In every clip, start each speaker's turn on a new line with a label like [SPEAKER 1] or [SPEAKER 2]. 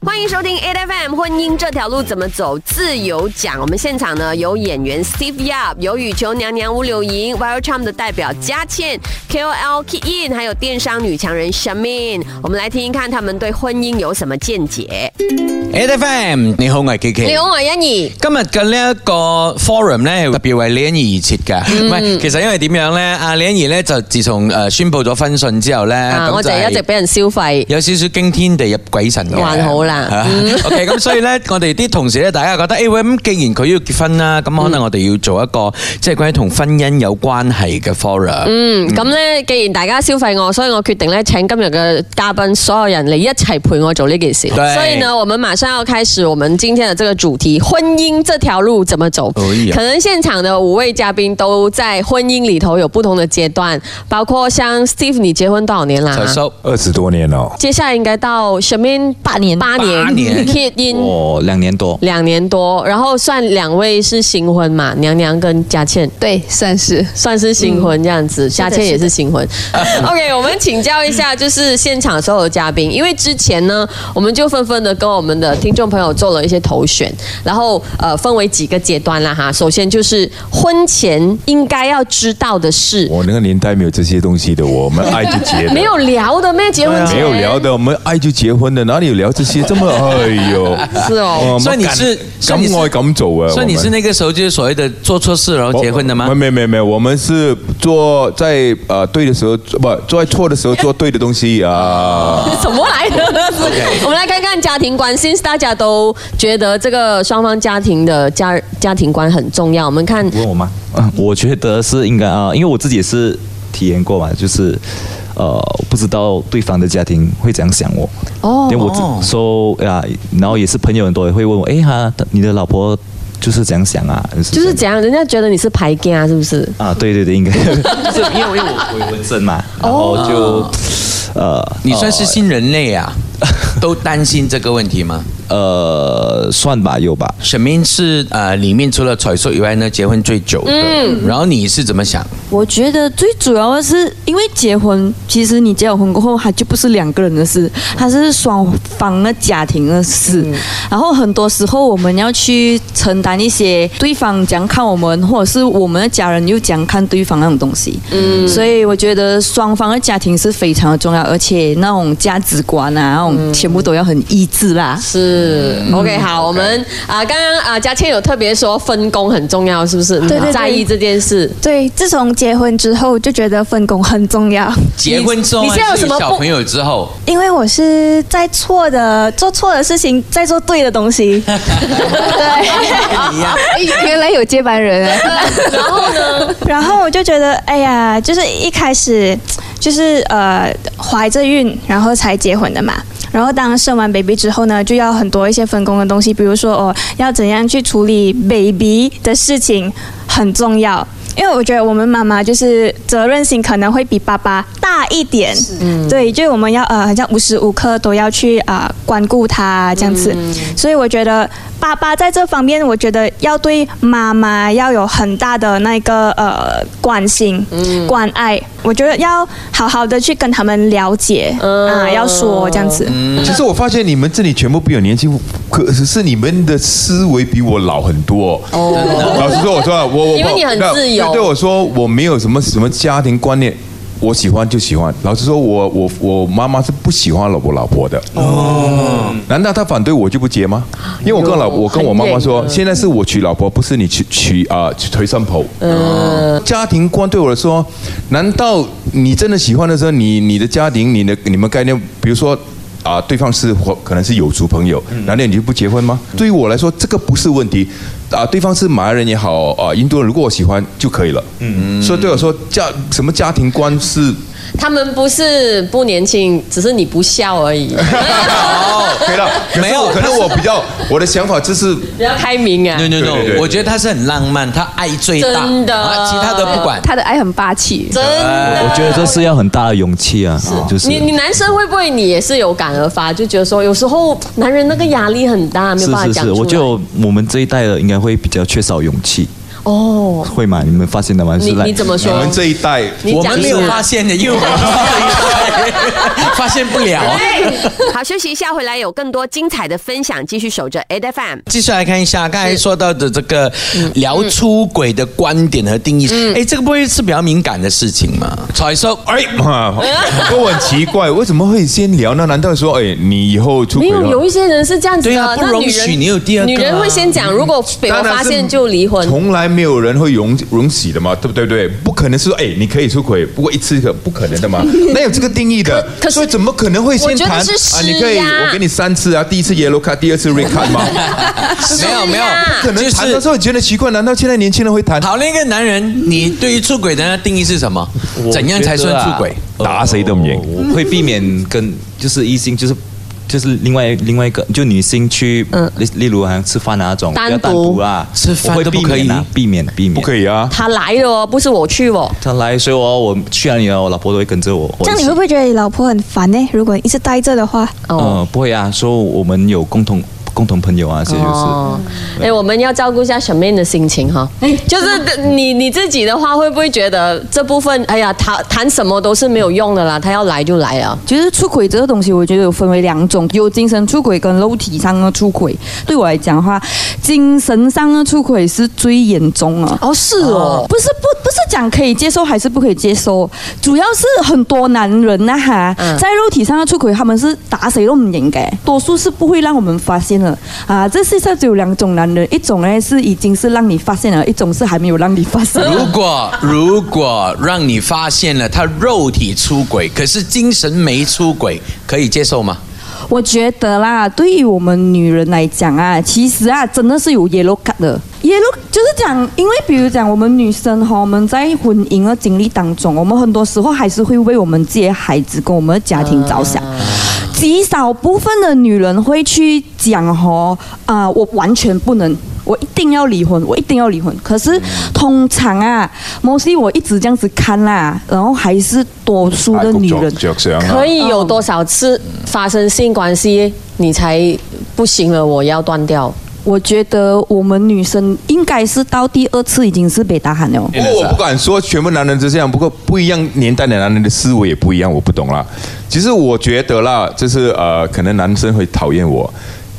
[SPEAKER 1] 欢迎收听 A F M 婚姻这条路怎么走自由讲。我们现场呢有演员 Steve Yap，有羽球娘娘吴柳莹，Wild Charm 的代表佳倩，K O L Key In，还有电商女强人 Shamin。我们来听一看他们对婚姻有什么见解。
[SPEAKER 2] A F M，你好，我係 K K。
[SPEAKER 1] 你好，我欣怡。
[SPEAKER 2] 今日嘅呢一個 forum 咧，特別為李欣怡而設
[SPEAKER 1] 嗯
[SPEAKER 2] 嘅。唔係，其實因為點樣咧？阿李欣怡咧就自從誒宣布咗婚訊之後咧，
[SPEAKER 1] 啊，
[SPEAKER 2] 咁
[SPEAKER 1] 我就
[SPEAKER 2] 係
[SPEAKER 1] 一直俾人消費。
[SPEAKER 2] 有少少驚天地入鬼神嘅，
[SPEAKER 1] 還好啦
[SPEAKER 2] 啊 OK，咁所以咧，我哋啲同事咧，大家覺得，誒喂，咁既然佢要結婚啦，咁可能我哋要做一個即係關於同婚姻有關係嘅 forum。
[SPEAKER 1] 嗯，咁咧，既然大家消費我，所以我決定咧請今日嘅嘉賓所有人嚟一齊陪我做呢件事。
[SPEAKER 2] 對
[SPEAKER 1] 所以呢，我們馬上要開始我們今天的這個主題——婚姻這條路怎麼走
[SPEAKER 2] 哎？呀
[SPEAKER 1] 可能現場的五位嘉賓都在婚姻裡頭有不同的階段，包括像 Steve，你結婚多少年啦？
[SPEAKER 2] 就收
[SPEAKER 3] 二十多年了，
[SPEAKER 1] 接下來應該到 Shamin
[SPEAKER 4] 八年
[SPEAKER 1] 八年，
[SPEAKER 2] 八年
[SPEAKER 1] Kid In
[SPEAKER 5] 哦，两年多。
[SPEAKER 1] 兩年多，然後算兩位是新婚嘛，娘娘跟佳倩。
[SPEAKER 4] 对，算是
[SPEAKER 1] 算是新婚这样子，佳倩嗯也是新婚。OK，我们请教一下，就是现场所有的嘉宾，因为之前呢，我们就纷纷的跟我们的听众朋友做了一些投选，然后呃分为几个阶段啦哈。首先就是婚前应该要知道的事，
[SPEAKER 3] 我那个年代没有这些东西的，我们爱就结 的，
[SPEAKER 1] 没有聊的咩？结婚前
[SPEAKER 3] 啊没有聊的，我们爱就结婚的，哪里有聊这些这么？哎呦，
[SPEAKER 1] 是哦。
[SPEAKER 3] 我
[SPEAKER 2] 所以
[SPEAKER 3] 们
[SPEAKER 2] 你
[SPEAKER 3] 敢
[SPEAKER 2] 是所以你是
[SPEAKER 3] 敢爱敢走啊！
[SPEAKER 2] 所以你是那个時候就是所謂的做錯事然後
[SPEAKER 3] 我
[SPEAKER 2] 結婚的
[SPEAKER 3] 我
[SPEAKER 5] 哦
[SPEAKER 2] 嗎？
[SPEAKER 3] 没没没，我们是做在呃对的时候，不做在错的时候做对的东西啊。
[SPEAKER 1] 什么来 的？我们来看看家庭观，since 大家都觉得这个双方家庭的家家庭观很重要，我们看
[SPEAKER 5] 问我吗？嗯我觉得是应该啊、呃因为我自己也是体验过嘛，就是呃，不知道对方的家庭会怎样想我。
[SPEAKER 1] 哦
[SPEAKER 5] 因为我
[SPEAKER 2] 哦
[SPEAKER 5] 只说呀，然后也是朋友很多也会问我，哎哈，你的老婆就是怎样想啊？
[SPEAKER 1] 就是怎样，人家觉得你是排家是不是？
[SPEAKER 5] 啊，对对对， 应该就是因为因为我我有纹身嘛，
[SPEAKER 1] 哦
[SPEAKER 5] 然后就、呃
[SPEAKER 2] 你算是新人類啊？都擔心這個問題嗎？
[SPEAKER 5] 呃算吧，有吧。
[SPEAKER 2] 沈明是呃，里面除了彩塑以外呢，结婚最久的。
[SPEAKER 1] 嗯
[SPEAKER 2] 然后你是怎么想？
[SPEAKER 4] 我觉得最主要的是，因为结婚，其实你结了婚过后，它就不是两个人的事，它是双方的家庭的事。然后很多时候我们要去承担一些对方怎样看我们，或者是我们的家人又怎样看对方那种东西。嗯，所以我觉得双方的家庭是非常的重要，而且那种价值观啊，那种全部都要很一致啦。
[SPEAKER 1] 是、o
[SPEAKER 2] 嗯
[SPEAKER 1] k 好，我们啊、刚刚啊，佳倩有特别说分工很重要，是不是？
[SPEAKER 6] 对对
[SPEAKER 1] 你
[SPEAKER 6] 对
[SPEAKER 1] 在意这件事。
[SPEAKER 6] 对，自从结婚之后就觉得分工很重要，
[SPEAKER 2] 结婚之后
[SPEAKER 1] 你
[SPEAKER 2] 还
[SPEAKER 1] 现在有
[SPEAKER 2] 是
[SPEAKER 1] 什么
[SPEAKER 2] 有小
[SPEAKER 1] 不
[SPEAKER 2] 朋友之后，
[SPEAKER 6] 因为我是在错的做错的事情，在做对的东西。对，原来有接班人啊。
[SPEAKER 1] 然后呢？
[SPEAKER 6] 然后我就觉得，哎呀，就是一开始就是呃怀着孕，然后才结婚的嘛。然后当生完 baby 之后呢，就要很多一些分工的东西，比如说哦，要怎样去处理 baby 的事情很重要。因为我觉得我们妈妈就是责任心可能会比爸爸大一点，
[SPEAKER 1] 嗯
[SPEAKER 6] 对，就是我们要呃，好像无时无刻都要去啊、呃关顾她这样子，
[SPEAKER 1] 嗯
[SPEAKER 6] 所以我觉得爸爸在这方面，我觉得要对妈妈要有很大的那个呃关心、
[SPEAKER 1] 嗯
[SPEAKER 6] 关爱，我觉得要好好的去跟他们了解啊、
[SPEAKER 1] 嗯
[SPEAKER 6] 要说这样子，
[SPEAKER 3] 其实我发现你们这里全部比我年轻，可是你们的思维比我老很多。哦，老实说，我说啊我我
[SPEAKER 1] 因为你很
[SPEAKER 3] 那
[SPEAKER 1] 自由
[SPEAKER 3] 对对我说我没有什么什么家庭观念。我喜欢就喜欢，老实说我，我我妈妈是不喜欢我老婆的。哦，难道她反对我就不结吗？因为我跟老我跟我妈妈说，现在是我娶老婆，不是你娶娶啊娶娶新婆。嗯，家庭观对我来说，难道你真的喜欢的时候，你你的家庭，你的你们概念，比如说啊，对方是或可能是有族朋友，难道你就不结婚吗？对于我来说，这个不是问题。啊，对方是马来人也好，啊，印度人，如果我喜欢就可以了。嗯，所以对我说，家什么家庭观是
[SPEAKER 1] 他们不是不年轻，只是你不笑而 已。
[SPEAKER 3] 哦，可以 了。
[SPEAKER 2] 没
[SPEAKER 3] 没
[SPEAKER 2] 有
[SPEAKER 3] 有，可能我比较我的想法就是
[SPEAKER 1] 比较开明啊
[SPEAKER 2] no，no
[SPEAKER 3] 对对
[SPEAKER 2] no，
[SPEAKER 3] 对
[SPEAKER 2] 我觉得他是很浪漫，他爱最大，
[SPEAKER 1] 真的
[SPEAKER 2] 啊其他的不管。
[SPEAKER 4] 他的爱很霸气，
[SPEAKER 1] 真的。
[SPEAKER 5] 我觉得这是要很大的勇气啊，就是
[SPEAKER 1] 你你男生会不会你也是有感而发，就觉得说有时候男人那个压力很大，没有
[SPEAKER 5] 是
[SPEAKER 1] 办法
[SPEAKER 5] 是
[SPEAKER 1] 讲
[SPEAKER 5] 是，
[SPEAKER 1] 出来。
[SPEAKER 5] 我就我们这一代的应该会比较缺少勇气。
[SPEAKER 1] 哦，
[SPEAKER 5] 会吗？你们发现的吗？就
[SPEAKER 1] 你
[SPEAKER 5] 是 like-
[SPEAKER 1] 你怎么
[SPEAKER 3] 我
[SPEAKER 1] 说？
[SPEAKER 3] 们这一代，
[SPEAKER 1] 你
[SPEAKER 2] 我
[SPEAKER 1] 讲
[SPEAKER 2] 们
[SPEAKER 1] 一
[SPEAKER 2] 没有
[SPEAKER 1] 下
[SPEAKER 2] 发现的，因为我 们发现不了。
[SPEAKER 7] 好，休息一下，回来有更多精彩的分享，继续守着 A F M。
[SPEAKER 2] 继续来看一下刚才说到的这个聊出轨的观点和定义，
[SPEAKER 1] 嗯
[SPEAKER 2] 哎，这个不会是比较敏感的事情吗？才说，哎，
[SPEAKER 3] 啊，我很奇怪，为什么会先聊呢？难道说，哎，你以后出
[SPEAKER 1] 没
[SPEAKER 3] 轨
[SPEAKER 1] 有，有
[SPEAKER 3] 了？
[SPEAKER 1] 一些人是这样子的，
[SPEAKER 2] 对啊不
[SPEAKER 1] 那
[SPEAKER 2] 容
[SPEAKER 1] 女人
[SPEAKER 2] 许你有第二个啊
[SPEAKER 1] 女人会先讲，如果被我
[SPEAKER 3] 当然
[SPEAKER 1] 发
[SPEAKER 3] 是
[SPEAKER 1] 现就离婚。
[SPEAKER 3] 从来没有人会容容许的嘛，对不对？对，不可能是说，哎，你可以出轨，不过一次可不可能的嘛，哪有这个定义的？
[SPEAKER 1] 可是
[SPEAKER 3] 所以怎么可能会
[SPEAKER 1] 我
[SPEAKER 3] 先
[SPEAKER 1] 觉得
[SPEAKER 3] 谈
[SPEAKER 1] 是
[SPEAKER 3] 啊？
[SPEAKER 1] 施
[SPEAKER 3] 你可以，
[SPEAKER 1] 压
[SPEAKER 3] 我给你三次啊，第一次 yellow card，第二次 red card 嘛，
[SPEAKER 2] 没有没有，
[SPEAKER 1] 啊
[SPEAKER 3] 可能谈的
[SPEAKER 2] 就
[SPEAKER 3] 时
[SPEAKER 2] 是
[SPEAKER 3] 候你觉得奇怪，难道现在年轻人会谈？
[SPEAKER 2] 好另一个男人，你对于出轨的定义是什么？
[SPEAKER 3] 啊
[SPEAKER 2] 怎样才算出轨？
[SPEAKER 5] 我觉得啊
[SPEAKER 3] 打谁都不赢
[SPEAKER 5] 我我会避免跟就是异性，就是就是另外另外一个，就女性去，例例如好像吃饭啊那种，
[SPEAKER 1] 嗯单
[SPEAKER 5] 不要单
[SPEAKER 1] 独
[SPEAKER 5] 独啊，
[SPEAKER 2] 吃饭
[SPEAKER 5] 我会
[SPEAKER 2] 都不
[SPEAKER 5] 避
[SPEAKER 2] 可以
[SPEAKER 5] 免啊，避免避免，
[SPEAKER 3] 不可。以啊，
[SPEAKER 1] 他来了哦，不是我去哦。
[SPEAKER 5] 他来，所以啊我我去哪里了，我老婆都会跟着我。我
[SPEAKER 6] 这样你会不会觉得你老婆很烦呢？如果你一直待着的话，
[SPEAKER 1] 哦
[SPEAKER 5] 呃，不会啊，所以我们有共同共同朋友啊，这就是。，
[SPEAKER 1] 哎、我们要照顾一下小妹的心情哈。就是你你自己的话，会不会觉得这部分，哎呀，谈谈什么都是没有用的啦，他要来就来啊了。
[SPEAKER 4] 就是出轨这个东西，我觉得有分为两种，有精神出轨跟肉体上的出轨。对我来讲的话，精神上的出轨是最严重了。
[SPEAKER 1] 哦，是哦。
[SPEAKER 4] 不是不不是讲可以接受还是不可以接受，主要是很多男人呐、哈，
[SPEAKER 1] 嗯
[SPEAKER 4] 在肉体上的出轨，他们是打谁都不应该，多数是不会让我们发现的啊。这世界上只有两种男人，一种呢是已经是让你发现了，一种是还没有让你发现。
[SPEAKER 2] 如果如果让你发现了他肉体出轨，可是精神没出轨，可以接受吗？
[SPEAKER 4] 我觉得啦，对于我们女人来讲啊，其实啊，真的是有 yellow card 的。yellow 就是讲，因为比如讲我们女生哈，我们在婚姻的经历当中，我们很多时候还是会为我们自己的孩子跟我们的家庭着想。极少部分的女人会去讲哈啊、我完全不能。我一定要离婚，我一定要离婚。可是通常啊，mostly 我一直这样子看啦，然后还是多数的女人
[SPEAKER 3] 着想啊
[SPEAKER 1] 可以有多少次发生性关系，你才不行了？我要断掉。
[SPEAKER 4] 我觉得我们女生应该是到第二次已经是被打喊了。
[SPEAKER 3] 不过我不敢说全部男人都这样，不过不一样年代的男人的思维也不一样，我不懂啦。其实我觉得啦，就是呃，可能男生会讨厌我。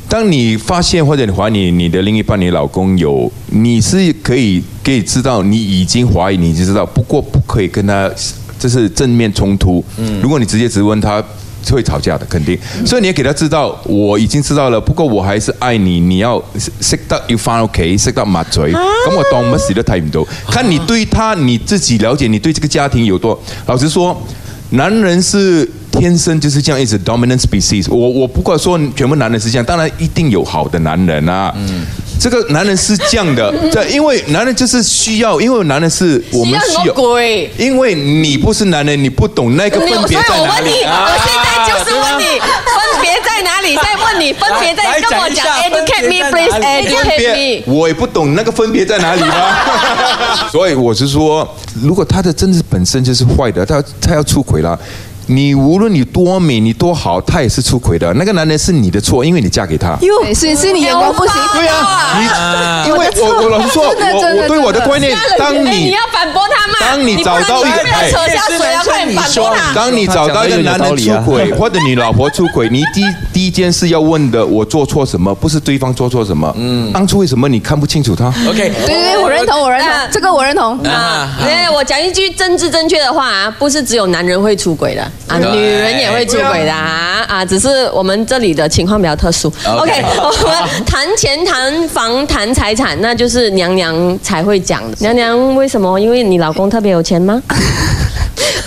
[SPEAKER 3] 当你发现或者你怀疑你的另一半、你老公有，你是可以可以知道你已经怀疑，你已经知道，不过不可以跟他就是正面冲突。如果你直接质问他。是会吵架的，肯定。所以你也给他知道，我已经知道了，不过我还是爱你。你要識得要翻屋企，識得抹嘴。
[SPEAKER 1] 啊
[SPEAKER 3] 咁我當乜事都睇唔到。看你對他你自己了解，你對這個家庭有多。老實說，男人是天生就是這樣一直 dominant species 我。我不过说全部男人是這樣，當然一定有好的男人啊。
[SPEAKER 1] 嗯
[SPEAKER 3] 这个男人是这樣的，这因為男人就是需要，因為男人是我們需要。
[SPEAKER 1] 鬼？
[SPEAKER 3] 因為你不是男人，你不懂那个分
[SPEAKER 1] 你所以
[SPEAKER 3] 別在
[SPEAKER 1] 我
[SPEAKER 3] 哪
[SPEAKER 1] 问
[SPEAKER 3] 里
[SPEAKER 1] 你，
[SPEAKER 3] 啊。
[SPEAKER 1] 我现在就是问 你，分别在哪里？再问你，分别在
[SPEAKER 2] 来
[SPEAKER 1] 跟我
[SPEAKER 2] 讲一
[SPEAKER 1] 讲
[SPEAKER 2] 下
[SPEAKER 1] ，educate
[SPEAKER 2] 分别
[SPEAKER 1] me
[SPEAKER 2] 在哪里
[SPEAKER 1] please,
[SPEAKER 3] 分
[SPEAKER 1] educate
[SPEAKER 3] 别
[SPEAKER 1] me。，
[SPEAKER 3] 我也不懂那个分别在哪里吗？ 所以我是说，如果他的真的本身就是坏的，他他要出轨了。你无论你多美，你多好，他也是出轨的。那个男人是你的错，因为你嫁给他。
[SPEAKER 8] 对，所以是你眼光不行。
[SPEAKER 3] 对啊，你因为我我老实说，
[SPEAKER 8] 真的
[SPEAKER 3] 我
[SPEAKER 8] 真的
[SPEAKER 3] 我对我的
[SPEAKER 8] 真的
[SPEAKER 3] 观念，当
[SPEAKER 1] 哎
[SPEAKER 3] 你
[SPEAKER 1] 你要反驳他吗？
[SPEAKER 3] 当你找到
[SPEAKER 1] 你不能
[SPEAKER 3] 一哎
[SPEAKER 1] 扯下水啊，快点反驳他。
[SPEAKER 3] 当你找到一个男人出轨，或者你老婆出轨，你第第一件事要问的，我做错什么？不是对方做错什么。嗯，当初为什么你看不清楚他？
[SPEAKER 2] OK，
[SPEAKER 8] 对对对，我认同，我认
[SPEAKER 1] 嗯
[SPEAKER 8] 同，这个我认同。
[SPEAKER 1] 啊，对，我讲一句政治正确的话啊，不是只有男人会出轨的啊，
[SPEAKER 2] 对
[SPEAKER 1] 女人也会出轨的啊啊，只是我们这里的情况比较特殊。OK，,
[SPEAKER 2] OK
[SPEAKER 1] 我们谈钱、谈房、谈财产，那就是娘娘才会讲的。娘娘为什么？因为你老公特别有钱 吗？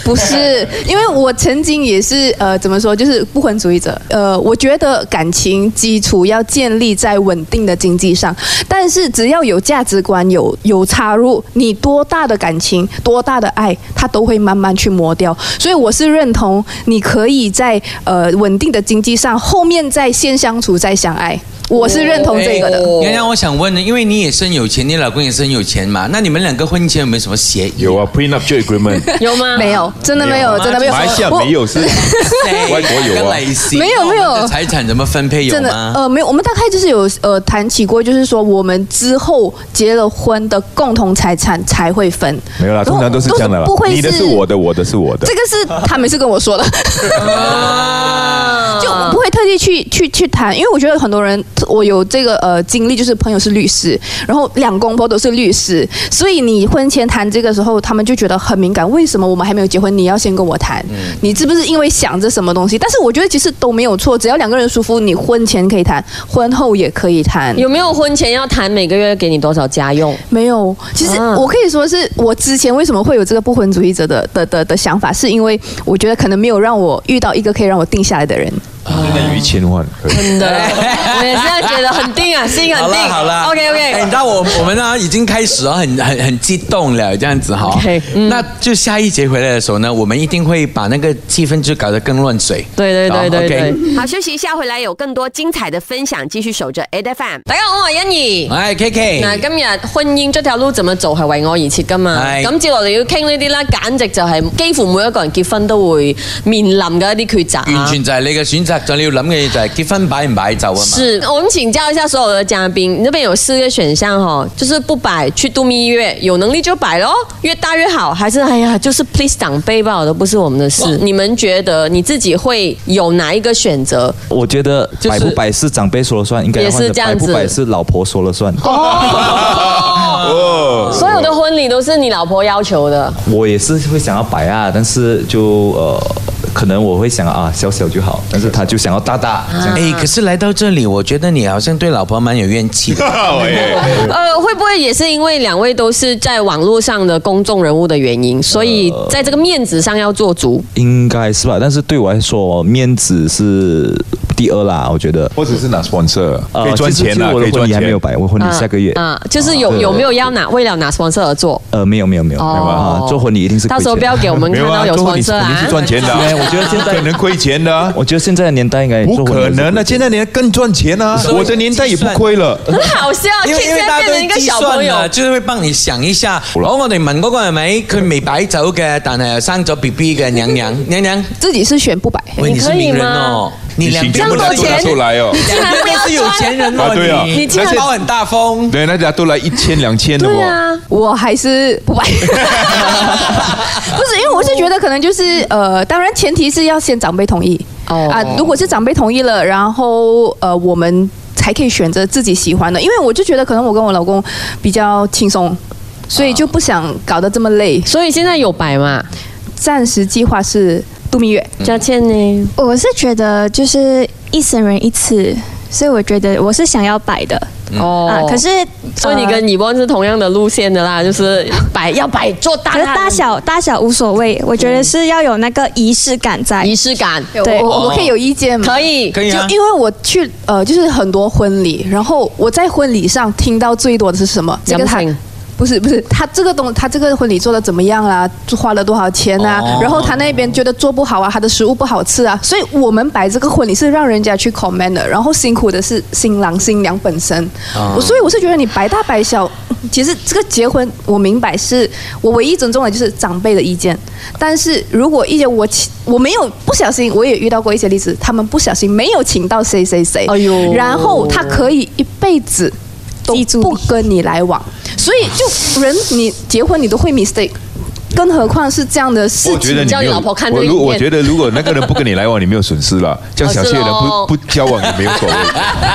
[SPEAKER 8] 不是，因为我曾经也是呃，怎么说，就是不婚主义者。呃，我觉得感情基础要建立在稳定的经济上，但是只要有价值观有有插入，你多大的感情、多大的爱，它都会慢慢去磨掉。所以我是认同，你可以在呃稳定的经济上，后面再先相处再相爱。我是认同这个的。
[SPEAKER 3] 哦
[SPEAKER 2] 洋洋，我想问呢，因为你也是很有钱，你老公也是很有钱嘛，那你们两个婚前有没有什么协议？
[SPEAKER 3] 有啊，prenup 就 agreement，
[SPEAKER 1] 有吗？
[SPEAKER 8] 没有，真的没有，真的没有。
[SPEAKER 3] 哎马来西亚啊没有是
[SPEAKER 2] 谁，
[SPEAKER 3] 外国有啊
[SPEAKER 2] 跟蕾丝
[SPEAKER 8] 没有没有
[SPEAKER 2] 我们的财产怎么分配有
[SPEAKER 8] 真的，
[SPEAKER 2] 吗？
[SPEAKER 8] 呃，没有，我们大概就是有呃谈起过，就是说我们之后结了婚的共同财产才会分。
[SPEAKER 3] 没 有啦，通常都是这样的啦
[SPEAKER 8] 不。会
[SPEAKER 3] 你的是我的，我的是我的
[SPEAKER 8] 这。个是他们是跟我说的，就我不会特地去去去谈，因为我觉得很多人，我有这个呃经历，就是朋友是律师，然后两公婆都是律师，所以你婚前谈这个时候，他们就觉得很敏感，为什么我们还没有结婚，你要先跟我谈？
[SPEAKER 3] 嗯
[SPEAKER 8] 你是不是因为想着什么东西？但是我觉得其实都没有错，只要两个人舒服，你婚前可以谈，婚后也可以谈。
[SPEAKER 1] 有没有婚前要谈每个月给你多少家用？
[SPEAKER 8] 没有，其实
[SPEAKER 1] 啊
[SPEAKER 8] 我可以说是我之前为什么会有这个不婚主义者的的的的想法，是因为我觉得可能没有让我遇到一个可以让我定下来的人。
[SPEAKER 3] 真的有一千万，可以
[SPEAKER 1] 真的，我也是要觉得很定啊，心
[SPEAKER 2] 好
[SPEAKER 1] 很
[SPEAKER 2] 了
[SPEAKER 1] 定。
[SPEAKER 2] 嗯好了
[SPEAKER 1] OK
[SPEAKER 2] 哎你
[SPEAKER 1] OK，
[SPEAKER 2] 知道我我们呢已经开始哦，很很很激动了，这样子哈
[SPEAKER 1] OK，。嗯
[SPEAKER 2] 那就下一节回来的时候呢，我们一定会把那个气氛就搞得更乱水。
[SPEAKER 1] 对对对对对
[SPEAKER 2] 好，OK。
[SPEAKER 7] 好，休息一下，回来有更多精彩的分享，继续守着 A F M。
[SPEAKER 1] 大家好，我係欣怡。
[SPEAKER 2] 哎，K
[SPEAKER 1] 嗱，
[SPEAKER 2] K，
[SPEAKER 1] 今日婚姻呢條路怎麼做係為我而設噶嘛？
[SPEAKER 2] 係
[SPEAKER 1] 咁接落嚟要傾呢啲啦，簡直就係幾乎每一個人結婚都會面臨嘅一啲抉擇啊
[SPEAKER 2] 完全就係你嘅選擇，仲你要諗嘅嘢就係結婚擺唔擺就啊嘛。
[SPEAKER 1] 是，我们请教一下所有的嘉宾，你那边有四个选项哦，就是不摆去度蜜月，有能力就摆咯，越大越好，还是哎呀，就是 please 长辈吧，都不是我们的事。你们觉得你自己会有哪一个选择？
[SPEAKER 5] 我觉得
[SPEAKER 2] 就是
[SPEAKER 5] 摆不摆是长辈说了算，应该
[SPEAKER 1] 也是
[SPEAKER 5] 换成
[SPEAKER 1] 这样
[SPEAKER 5] 摆
[SPEAKER 1] 子
[SPEAKER 5] 不摆是老婆说了算。
[SPEAKER 2] 呃
[SPEAKER 3] 哦，
[SPEAKER 1] 所有的婚礼都是你老婆要求的，
[SPEAKER 5] 我也是会想要摆啊，但是就呃，可能我会想啊，小小就好，但是他就想要大大。这
[SPEAKER 1] 啊
[SPEAKER 5] 样
[SPEAKER 2] 哎，可是来到这里，我觉得你好像对老婆蛮有怨 气的。
[SPEAKER 1] 呃，会不会也是因为两位都是在网络上的公众人物的原因，所以在这个面子上要做足？
[SPEAKER 5] 应该是吧，但是对我来说，面子是第二啦，我觉得。
[SPEAKER 3] 或者是拿 sponsor 啊可以赚
[SPEAKER 5] 其实
[SPEAKER 3] 钱
[SPEAKER 5] 其实
[SPEAKER 3] 啦，
[SPEAKER 5] 我
[SPEAKER 3] 可以
[SPEAKER 5] 的
[SPEAKER 3] 赚
[SPEAKER 5] 婚礼还
[SPEAKER 3] 钱。
[SPEAKER 5] 没有摆，我婚礼下个月。
[SPEAKER 1] 啊，就是有有没有要拿为了拿 sponsor 而做？哦
[SPEAKER 5] 呃，没有没有没有，啊，做婚礼一定是亏
[SPEAKER 1] 到时候不
[SPEAKER 5] 钱的
[SPEAKER 1] 要给 我们
[SPEAKER 3] 没
[SPEAKER 1] 看
[SPEAKER 3] 有
[SPEAKER 1] 到
[SPEAKER 3] 啊，
[SPEAKER 1] 有
[SPEAKER 3] 做婚礼
[SPEAKER 1] sponsor
[SPEAKER 3] 肯定
[SPEAKER 1] 啊
[SPEAKER 3] 是。赚钱的啊，
[SPEAKER 5] 对我觉得现在哎
[SPEAKER 3] 可能亏钱的啊，
[SPEAKER 5] 我觉得现在的年代应该
[SPEAKER 3] 不
[SPEAKER 5] 做婚礼
[SPEAKER 3] 可
[SPEAKER 5] 是
[SPEAKER 3] 能
[SPEAKER 5] 亏
[SPEAKER 3] 的，现在年代更赚钱啊，
[SPEAKER 2] 所以
[SPEAKER 3] 我的年代也不亏了。
[SPEAKER 1] 很好笑，
[SPEAKER 2] 因
[SPEAKER 1] 天
[SPEAKER 2] 為因為
[SPEAKER 1] 天
[SPEAKER 2] 大
[SPEAKER 1] 变
[SPEAKER 2] 家
[SPEAKER 1] 成一个
[SPEAKER 2] 都資
[SPEAKER 1] 小朋
[SPEAKER 2] 訊
[SPEAKER 1] 友
[SPEAKER 2] 啊，。就是會幫你想一下。好，我哋問嗰個係咪佢未擺酒嘅，但係又生咗 B B 嘅娘娘娘娘，
[SPEAKER 8] 自己是选不摆，
[SPEAKER 2] 喂，
[SPEAKER 1] 你
[SPEAKER 2] 你是
[SPEAKER 1] 可以
[SPEAKER 2] 名人
[SPEAKER 1] 嗎
[SPEAKER 2] 哦，你
[SPEAKER 3] 你
[SPEAKER 2] 兩
[SPEAKER 3] 行
[SPEAKER 2] 邊
[SPEAKER 3] 全部
[SPEAKER 2] 都
[SPEAKER 3] 拿
[SPEAKER 1] 多
[SPEAKER 2] 是
[SPEAKER 3] 出
[SPEAKER 1] 錢
[SPEAKER 3] 出来哦。
[SPEAKER 1] 竟然不
[SPEAKER 2] 都
[SPEAKER 1] 要
[SPEAKER 2] 是有钱人哦，
[SPEAKER 3] 啊对啊
[SPEAKER 2] 你
[SPEAKER 1] 你竟然
[SPEAKER 2] 那些包很大方。
[SPEAKER 3] 对，那大家都来一千两千的
[SPEAKER 1] 对
[SPEAKER 3] 哦。
[SPEAKER 1] 啊，
[SPEAKER 8] 我还是 不摆。不是，因为我是觉得可能就是呃，当然前提是要先长辈同意
[SPEAKER 1] 哦
[SPEAKER 8] 啊。如果是长辈同意了，然后呃，我们才可以选择自己喜欢的。因为我就觉得可能我跟我老公比较轻松。所以就不想搞得这么累，
[SPEAKER 1] 所以现在有摆嘛？
[SPEAKER 8] 暂时计划是度蜜月。
[SPEAKER 1] 佳倩呢？
[SPEAKER 6] 我是觉得就是一生人一次，所以我觉得我是想要摆的啊
[SPEAKER 1] 哦，。
[SPEAKER 6] 可是，
[SPEAKER 1] 所以你
[SPEAKER 6] 呃
[SPEAKER 1] 跟以汪是同样的路线的啦，就是摆要摆做大
[SPEAKER 6] 可是
[SPEAKER 1] 啦，
[SPEAKER 6] 大小大小无所谓，我觉得是要有那个仪式感在。
[SPEAKER 1] 嗯仪式感，哦
[SPEAKER 6] 对
[SPEAKER 8] 我我我可以有意见
[SPEAKER 6] 嗯
[SPEAKER 8] 吗？
[SPEAKER 1] 可以。
[SPEAKER 2] 哦可以啊
[SPEAKER 8] 就因为我去呃，就是很多婚礼，然后我在婚礼上听到最多的是什么？这个他
[SPEAKER 1] 人情
[SPEAKER 8] 不是不是他这个东他这个婚礼做的怎么样啦、花了多少钱啊？
[SPEAKER 2] 哦
[SPEAKER 8] 然后他那边觉得做不好啊，他的食物不好吃啊，所以我们摆这个婚礼是让人家去 comment 的，然后辛苦的是新郎新娘本身。
[SPEAKER 1] 啊
[SPEAKER 8] 我所以我是觉得你摆大摆小， 其实这个结婚我明白是我唯一尊重的就是长辈的意见，但是如果一些我请我没有不小心，我也遇到过一些例子，他们不小心没有请到谁谁谁，
[SPEAKER 1] 哎呦
[SPEAKER 8] 然后他可以一辈子。都
[SPEAKER 6] 记住你
[SPEAKER 8] 不跟你来往，所以就人你结婚你都会 mistake，更何况是这样的事
[SPEAKER 3] 我觉得
[SPEAKER 8] 情。
[SPEAKER 3] 你
[SPEAKER 1] 叫
[SPEAKER 3] 没
[SPEAKER 1] 你
[SPEAKER 3] 有，
[SPEAKER 1] 老婆看这
[SPEAKER 3] 我
[SPEAKER 1] 个
[SPEAKER 3] 如
[SPEAKER 1] 影
[SPEAKER 3] 我
[SPEAKER 1] 片
[SPEAKER 3] 觉得如果那个人不跟你来往，你没有损失了，这
[SPEAKER 1] 哦
[SPEAKER 3] 样小气的人
[SPEAKER 1] 是咯
[SPEAKER 3] 不不交往也没有所谓。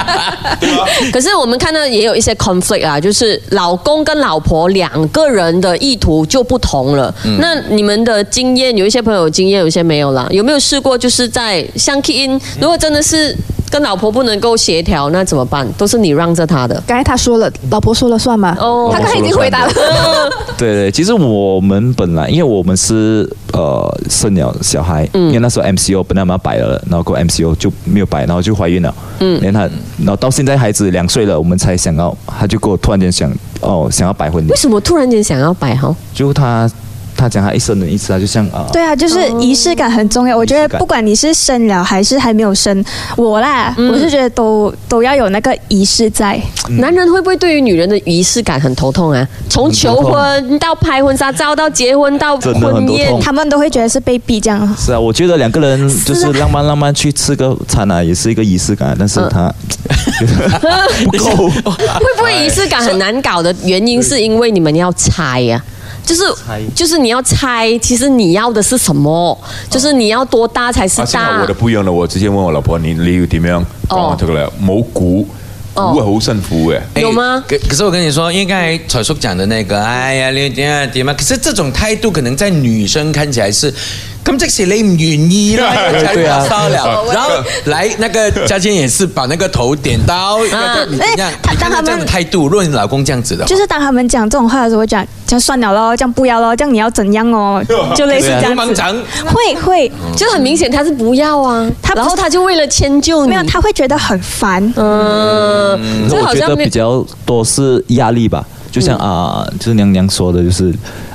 [SPEAKER 1] 可是我们看到也有一些 conflict 啊，就是老公跟老婆两个人的意图就不同了。
[SPEAKER 5] 嗯
[SPEAKER 1] 那你们的经验，有一些朋友有经验，有一些没有啦。有没有试过就是在像 key
[SPEAKER 5] 嗯
[SPEAKER 1] in，如果真的是跟老婆不能够协调，那怎么办？都是你让着他的。
[SPEAKER 8] 刚才他说了，老婆说了算吗？
[SPEAKER 1] 哦
[SPEAKER 8] 他刚才已经回答了。
[SPEAKER 5] 对对，其实我们本来，因为我们是呃生了小孩，
[SPEAKER 8] 嗯
[SPEAKER 5] 因为那时候 MCO 本来我们要摆了，然后过 MCO 就没有摆，然后就怀孕了，嗯，然后他，然后到现在孩子两岁了，我们才想要，他就给我突然间想，哦，想要摆婚礼
[SPEAKER 1] 为，什么突然间想要摆哈？
[SPEAKER 5] 就他他讲他一生人一次啊，就像啊，
[SPEAKER 6] 对啊，就是
[SPEAKER 1] 哦
[SPEAKER 6] 仪式感很重要。我觉
[SPEAKER 5] 仪式
[SPEAKER 6] 得
[SPEAKER 5] 感
[SPEAKER 6] 不管你是生了还是还没有生，我啦，
[SPEAKER 1] 嗯
[SPEAKER 6] 我是觉得都都要有那个仪式在。
[SPEAKER 5] 嗯
[SPEAKER 1] 男人会不会对于女人的仪式感很头痛啊？从求婚到拍婚纱照，到结婚，到
[SPEAKER 5] 真的很
[SPEAKER 1] 婚
[SPEAKER 5] 头
[SPEAKER 1] 宴
[SPEAKER 5] 痛，
[SPEAKER 6] 他们都会觉得是被逼这样。
[SPEAKER 5] 是啊，我觉得两个人就是
[SPEAKER 8] 啊
[SPEAKER 5] 浪漫浪漫去吃个餐啊，也是一个仪式感，但
[SPEAKER 8] 嗯
[SPEAKER 5] 是他不够。
[SPEAKER 1] 会不会仪式感很难搞的原因是因为你们要猜呀、就是
[SPEAKER 5] 猜
[SPEAKER 1] 就是你要猜，其实你要的是什么？就是你要多大才是
[SPEAKER 3] 啊，幸好
[SPEAKER 1] 大
[SPEAKER 3] 我的？不一樣啦，我直接問我老婆你你要點樣講出嚟，冇估，估係好辛苦哎嘅。
[SPEAKER 1] 有吗
[SPEAKER 2] 哎可可是我跟你说，因为刚才彩叔讲的那个，哎呀，你点啊点啊，可是这种态度可能在女生看起来是，咁即使你唔愿意啦，才
[SPEAKER 5] 对啊
[SPEAKER 2] 发烧了，然后来那个嘉欣也是把那个头点到，那个你这样
[SPEAKER 6] 哎，他
[SPEAKER 2] 你看
[SPEAKER 6] 当
[SPEAKER 2] 到
[SPEAKER 6] 他们
[SPEAKER 2] 这样的态度，如果你老公这样子的话，
[SPEAKER 6] 就是当他们讲这种话的时候，我讲这样算了咯，这样不要咯，这样你要怎样 哦，就类似这
[SPEAKER 2] 流
[SPEAKER 1] 啊
[SPEAKER 6] 样
[SPEAKER 2] 氓
[SPEAKER 6] 子。
[SPEAKER 2] 长。
[SPEAKER 6] 会会，
[SPEAKER 1] 就是很明显他是不要啊，
[SPEAKER 6] 他不
[SPEAKER 1] 嗯然后他就为嗯了迁就你，
[SPEAKER 6] 没有，他会觉得很烦。
[SPEAKER 1] 嗯，
[SPEAKER 5] 我
[SPEAKER 1] 好
[SPEAKER 5] 觉
[SPEAKER 1] 像
[SPEAKER 5] 得
[SPEAKER 1] 没
[SPEAKER 5] 比较多是压力吧，就像啊、就是娘娘说的，就是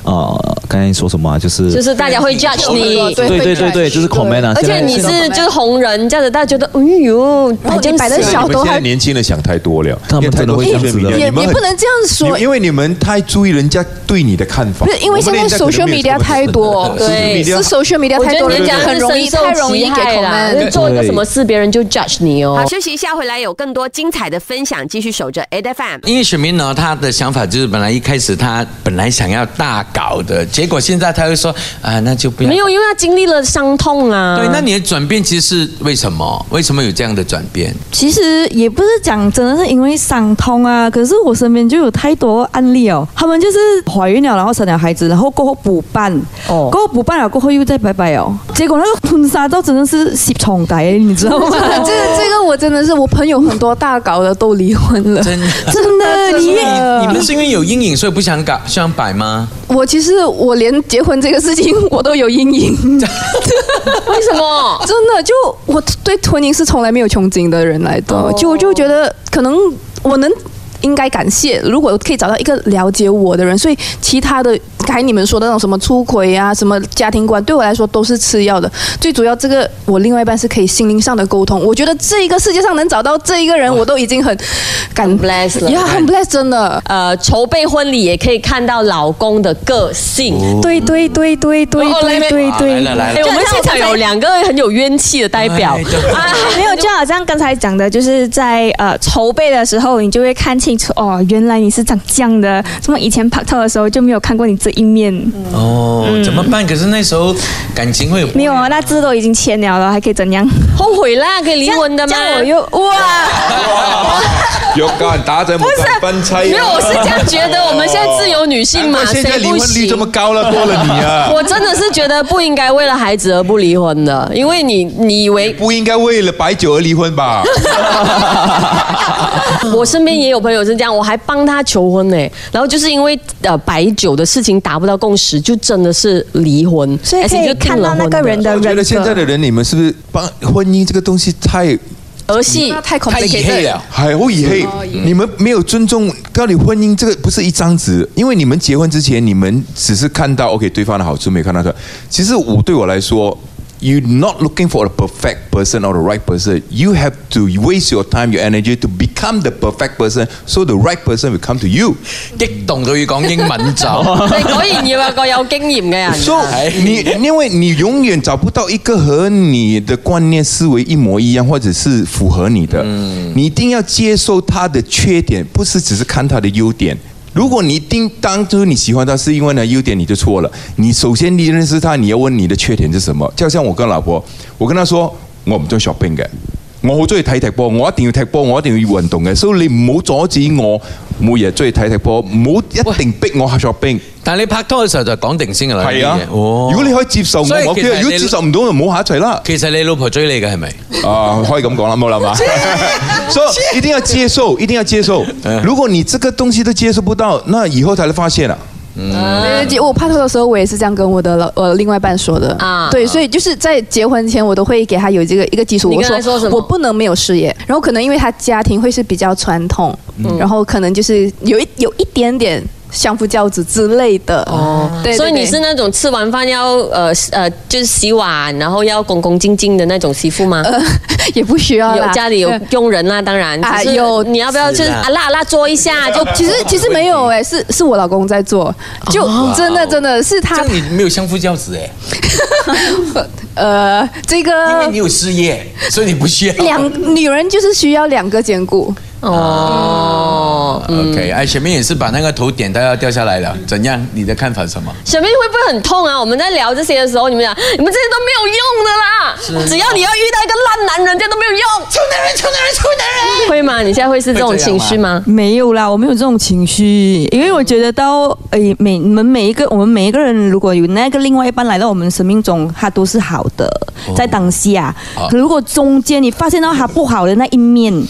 [SPEAKER 5] 啊，刚才你说什么啊？就是
[SPEAKER 1] 就是大家会 judge 你。
[SPEAKER 5] 对对
[SPEAKER 8] 会
[SPEAKER 5] 对对，就是 comment 啊。
[SPEAKER 1] 而且
[SPEAKER 5] 现在
[SPEAKER 1] 你
[SPEAKER 5] 现在
[SPEAKER 1] 是就是红人这样子，大家觉得，哎呦，
[SPEAKER 8] 后你摆得
[SPEAKER 1] 小。
[SPEAKER 8] 小
[SPEAKER 3] 你
[SPEAKER 8] 都
[SPEAKER 3] 们现在
[SPEAKER 8] 还
[SPEAKER 3] 年轻人想太多了，
[SPEAKER 5] 他们真的会
[SPEAKER 3] 因为太多
[SPEAKER 5] 这
[SPEAKER 3] social
[SPEAKER 5] 样子的
[SPEAKER 3] media，
[SPEAKER 8] 也也
[SPEAKER 3] 你们很
[SPEAKER 8] 不能这样
[SPEAKER 3] 你
[SPEAKER 8] 说
[SPEAKER 3] 们。因为你们太注意人家对你的看法。
[SPEAKER 8] 不是因为现在 social media 太 多，
[SPEAKER 1] 对
[SPEAKER 8] 是 social media
[SPEAKER 1] 我
[SPEAKER 8] 太
[SPEAKER 1] 觉
[SPEAKER 8] 多
[SPEAKER 1] 得
[SPEAKER 8] 了，
[SPEAKER 1] 人家
[SPEAKER 8] 很容易太容易给
[SPEAKER 1] 啦，
[SPEAKER 8] comment。
[SPEAKER 1] 做一个什么事别人就 judge 你哦
[SPEAKER 7] 好，。休息一下，回来有更多精彩的分享，继续守着 A F M。
[SPEAKER 2] 因为选民呢，他的想法就是本来一开始他本来想要大搞的，结果现在他又说啊，那就不要。
[SPEAKER 1] 没有，因为他经历了伤痛啊。
[SPEAKER 2] 对，那你的转变其实是为什么？为什么有这样的转变？
[SPEAKER 4] 其实也不是讲真的是因为伤痛啊，可是我身边就有太多案例哦，他们就是怀孕了，然后生了孩子，然后过后补办，
[SPEAKER 1] 哦
[SPEAKER 4] 哦，过后补办了过后又再拜拜哦，结果那个婚纱照真的是洗重呆，你知道吗？
[SPEAKER 8] 这个这个我真的是，我朋友很多大搞的都离婚了。
[SPEAKER 2] 真的，
[SPEAKER 4] 真 的，你越
[SPEAKER 2] 你们是因为有阴影所以不想搞，想摆吗？
[SPEAKER 8] 我其实我连结婚这个事情我都有阴影，
[SPEAKER 1] 为什么？
[SPEAKER 8] 真的就我对婚姻是从来没有憧憬的人来的，
[SPEAKER 1] 哦
[SPEAKER 8] 就我就觉得可能我能。应该感谢，如果可以找到一个了解我的人，所以其他的刚才你们说的那种什么出轨啊、什么家庭观，对我来说都是次要的。最主要这个我另外一半是可以心灵上的沟通。我觉得这一个世界上能找到这一个人，我都已经很感
[SPEAKER 1] blessed 了
[SPEAKER 8] 呀，很 bless 真的。
[SPEAKER 1] 呃，筹备婚礼也可以看到老公的个性。
[SPEAKER 6] 对对对对对
[SPEAKER 1] 哦来
[SPEAKER 6] 对对
[SPEAKER 2] 啊来
[SPEAKER 6] 对
[SPEAKER 2] 了。来
[SPEAKER 1] 哎，
[SPEAKER 2] 了，
[SPEAKER 1] 我们现场有两个很有冤气的代表
[SPEAKER 2] 哎对
[SPEAKER 1] 啊，
[SPEAKER 6] 没有，就好像刚才讲的，就是在呃筹备的时候，你就会看清楚哦，原来你是长这样的。怎么以前拍照的时候就没有看过你这一面？
[SPEAKER 2] 哦，怎么办？可是那时候感情会有
[SPEAKER 6] 没有啊，那字都已经签了了，还可以怎样？
[SPEAKER 1] 后悔啦，可以离婚的吗
[SPEAKER 6] 这？样我又哇，
[SPEAKER 3] 有敢打仔冇敢分妻。哎
[SPEAKER 1] 没有，我是这样觉得。我们现在自由女性嘛，
[SPEAKER 3] 现在
[SPEAKER 1] 啊谁
[SPEAKER 3] 离
[SPEAKER 1] 不
[SPEAKER 3] 婚率这么
[SPEAKER 1] 行？
[SPEAKER 3] 高了，多了你啊！
[SPEAKER 1] 我真的是觉得不应该为了孩子而不离婚的，因为你你以为
[SPEAKER 3] 不应该为了白酒而离婚 吧？
[SPEAKER 1] 我身边也有朋友是这样，我还帮他求婚呢，然后就是因为呃白酒的事情达不到共识，就真的是离婚，
[SPEAKER 6] 所以可以看到那个人的
[SPEAKER 3] 我觉
[SPEAKER 6] 人
[SPEAKER 3] 得现在
[SPEAKER 6] 格。
[SPEAKER 3] 的人，你们是不是帮婚姻这个东西太
[SPEAKER 1] 儿戏
[SPEAKER 8] 那。太
[SPEAKER 2] 太野
[SPEAKER 8] complicated
[SPEAKER 2] 黑
[SPEAKER 8] 了
[SPEAKER 2] 了。
[SPEAKER 3] 还会以黑？你们没有尊重到底婚姻这个不是一张纸，因为你们结婚之前，你们只是看到 OK 对方的好处，没有看到他。其实我对我来说。You're not looking for a perfect person or the right person. You have to waste your time, your energy to become the perfect person, so the right person will come to you.
[SPEAKER 2] 激動到要講英文就。
[SPEAKER 1] 你果然要有個有經驗嘅 人。啊
[SPEAKER 3] So 哎你因为你永远找不到一个和你的观念思维一模一样，或者是符合你的，你一定要接受他的缺点，不是只是看他的优点。如果你一定当初你喜欢他是因为他的优点，你就错了。你首先你认识他，你要问你的缺点是什么。就像我跟老婆，我跟她说我唔中意 shopping 嘅，我好中意睇踢波，我一定要踢波，我一定要運動嘅，所以你唔好阻止我每日中意睇踢波，唔好一定逼我去 shopping。
[SPEAKER 2] 但係你拍拖嘅時候就講定先㗎啦。
[SPEAKER 3] 係啊
[SPEAKER 2] 呢啲嘢，哦
[SPEAKER 3] 如果你可以接受我，
[SPEAKER 2] 所以
[SPEAKER 3] 我
[SPEAKER 2] 其
[SPEAKER 3] 覺
[SPEAKER 2] 實
[SPEAKER 3] 得如
[SPEAKER 2] 你
[SPEAKER 3] 果接受唔到，就唔好下一齊啦。
[SPEAKER 2] 其實你老婆追你嘅係咪？
[SPEAKER 3] 啊，可以咁講啦，冇啦 嘛。所以一定要接受，一定要接受。
[SPEAKER 2] 嗯
[SPEAKER 3] 如果你這個東西都接受不到，那以後才會發現啊。
[SPEAKER 1] 嗯
[SPEAKER 8] 对呃对对，我拍拖的时候，我也是这样跟我的老我另外一半说的
[SPEAKER 1] 啊
[SPEAKER 8] 啊。对，所以就是在结婚前，我都会给他有这个一个基础。
[SPEAKER 1] 你
[SPEAKER 8] 我
[SPEAKER 1] 跟他说什么
[SPEAKER 8] 我不能没有事业。
[SPEAKER 1] 嗯
[SPEAKER 8] 然后可能因为他家庭会是比较传统，然后可能就是有一有一点点相夫教子之类的。哦，对
[SPEAKER 1] 所以
[SPEAKER 8] 对
[SPEAKER 1] 你
[SPEAKER 8] 对
[SPEAKER 1] 是那种吃完饭要呃呃就是洗碗，然后要恭恭敬敬的那种媳妇吗？
[SPEAKER 8] 也不需要
[SPEAKER 1] 有
[SPEAKER 8] 呃啦
[SPEAKER 1] 家里有佣人啦，当然
[SPEAKER 8] 啊
[SPEAKER 1] 只是
[SPEAKER 8] 有
[SPEAKER 1] 你要不要就是是
[SPEAKER 2] 啦
[SPEAKER 1] 啊啦啊啦做一下就
[SPEAKER 8] 哦其实其实没有哎、是是我老公在做，就
[SPEAKER 1] 哦
[SPEAKER 8] 真的真的是
[SPEAKER 2] 这
[SPEAKER 8] 他
[SPEAKER 2] 样你没有相夫教子哎，
[SPEAKER 8] 呃这
[SPEAKER 2] 因为
[SPEAKER 8] 个
[SPEAKER 2] 你有事业，所以你不需要。
[SPEAKER 8] 两女人就是需要两个兼顾，
[SPEAKER 1] 哦。
[SPEAKER 2] OK，哎，前面也是把那个头点到要掉下来了，怎样？你的看法是什么？
[SPEAKER 1] 小妹会不会很痛啊？我们在聊这些的时候，你们讲你们这些都没有用的啦，只要你要遇到一个烂男人，这都没有用。臭男人，臭男人，臭男人，会吗？你现在会是这种
[SPEAKER 2] 会这样
[SPEAKER 1] 情
[SPEAKER 2] 吗
[SPEAKER 1] 绪吗？
[SPEAKER 4] 没有啦，我没有这种情绪，因为我觉得到诶每你们每一个我们每一个人，如果有那个另外一半来到我们生命中，他都是好的，
[SPEAKER 2] 哦
[SPEAKER 4] 在当下。啊可如果中间你发现到他不好的那一面，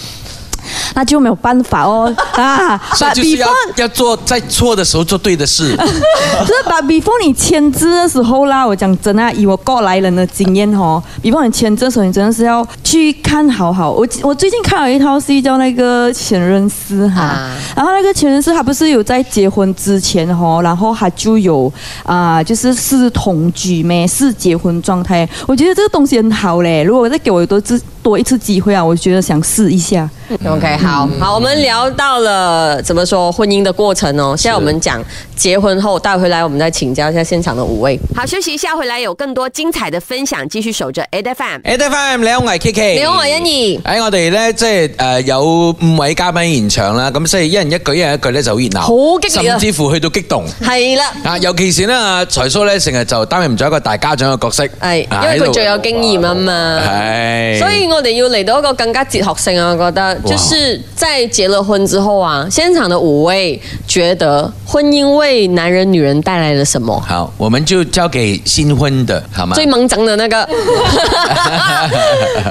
[SPEAKER 4] 那就没有办法哦啊。
[SPEAKER 2] 啊 所以
[SPEAKER 4] But
[SPEAKER 2] 就是要
[SPEAKER 4] before-
[SPEAKER 2] 要做在错的时候做对的事。
[SPEAKER 4] 就是把 before 你签字的时候啦，我讲真啊，以我过来人的经验哦，before 你签字的时候，你真的是要去看好好。我我最近看了一套戏叫那个《前任四》哈，
[SPEAKER 1] 啊
[SPEAKER 4] 然后那个前任四他不是有在结婚之前哦，然后他就有啊、就是是同居咩，是结婚状态。我觉得这个东西很好嘞，如果再给我多次多一次机会啊，我觉得想试一下。
[SPEAKER 1] OK，好
[SPEAKER 6] 嗯
[SPEAKER 1] 好，我们聊到了怎么说婚姻的过程哦。现在我们讲结婚后带回来，我们再请教一下现场的五位。
[SPEAKER 7] 好，休息一下，回来有更多精彩的分享，继续守着 A F M。
[SPEAKER 2] A F M 你好，我係 K
[SPEAKER 6] 哎
[SPEAKER 2] K。
[SPEAKER 1] 你好我係欣怡
[SPEAKER 2] 喺我哋咧，即係誒有五位嘉賓現場啦，咁所以一人一句，一人一句咧就好熱鬧，
[SPEAKER 1] 好激烈啊
[SPEAKER 2] 甚至乎去到激動。
[SPEAKER 6] 哎
[SPEAKER 1] 系啦，
[SPEAKER 2] 啊，尤其是咧，阿財叔咧成日就擔任咗一個大家長嘅角色，
[SPEAKER 1] 係因
[SPEAKER 2] 啊
[SPEAKER 1] 為佢
[SPEAKER 2] 喺度
[SPEAKER 1] 最有經驗啊嘛
[SPEAKER 2] 係，
[SPEAKER 1] 所以我哋要嚟到一個更加哲學性啊，我覺得就是在結了婚之後啊，現場的五位覺得婚姻為男人女人帶來了什
[SPEAKER 6] 啊
[SPEAKER 1] 么？
[SPEAKER 2] 好，我們就交給新婚的，好嗎？
[SPEAKER 1] 最猛整的那 个，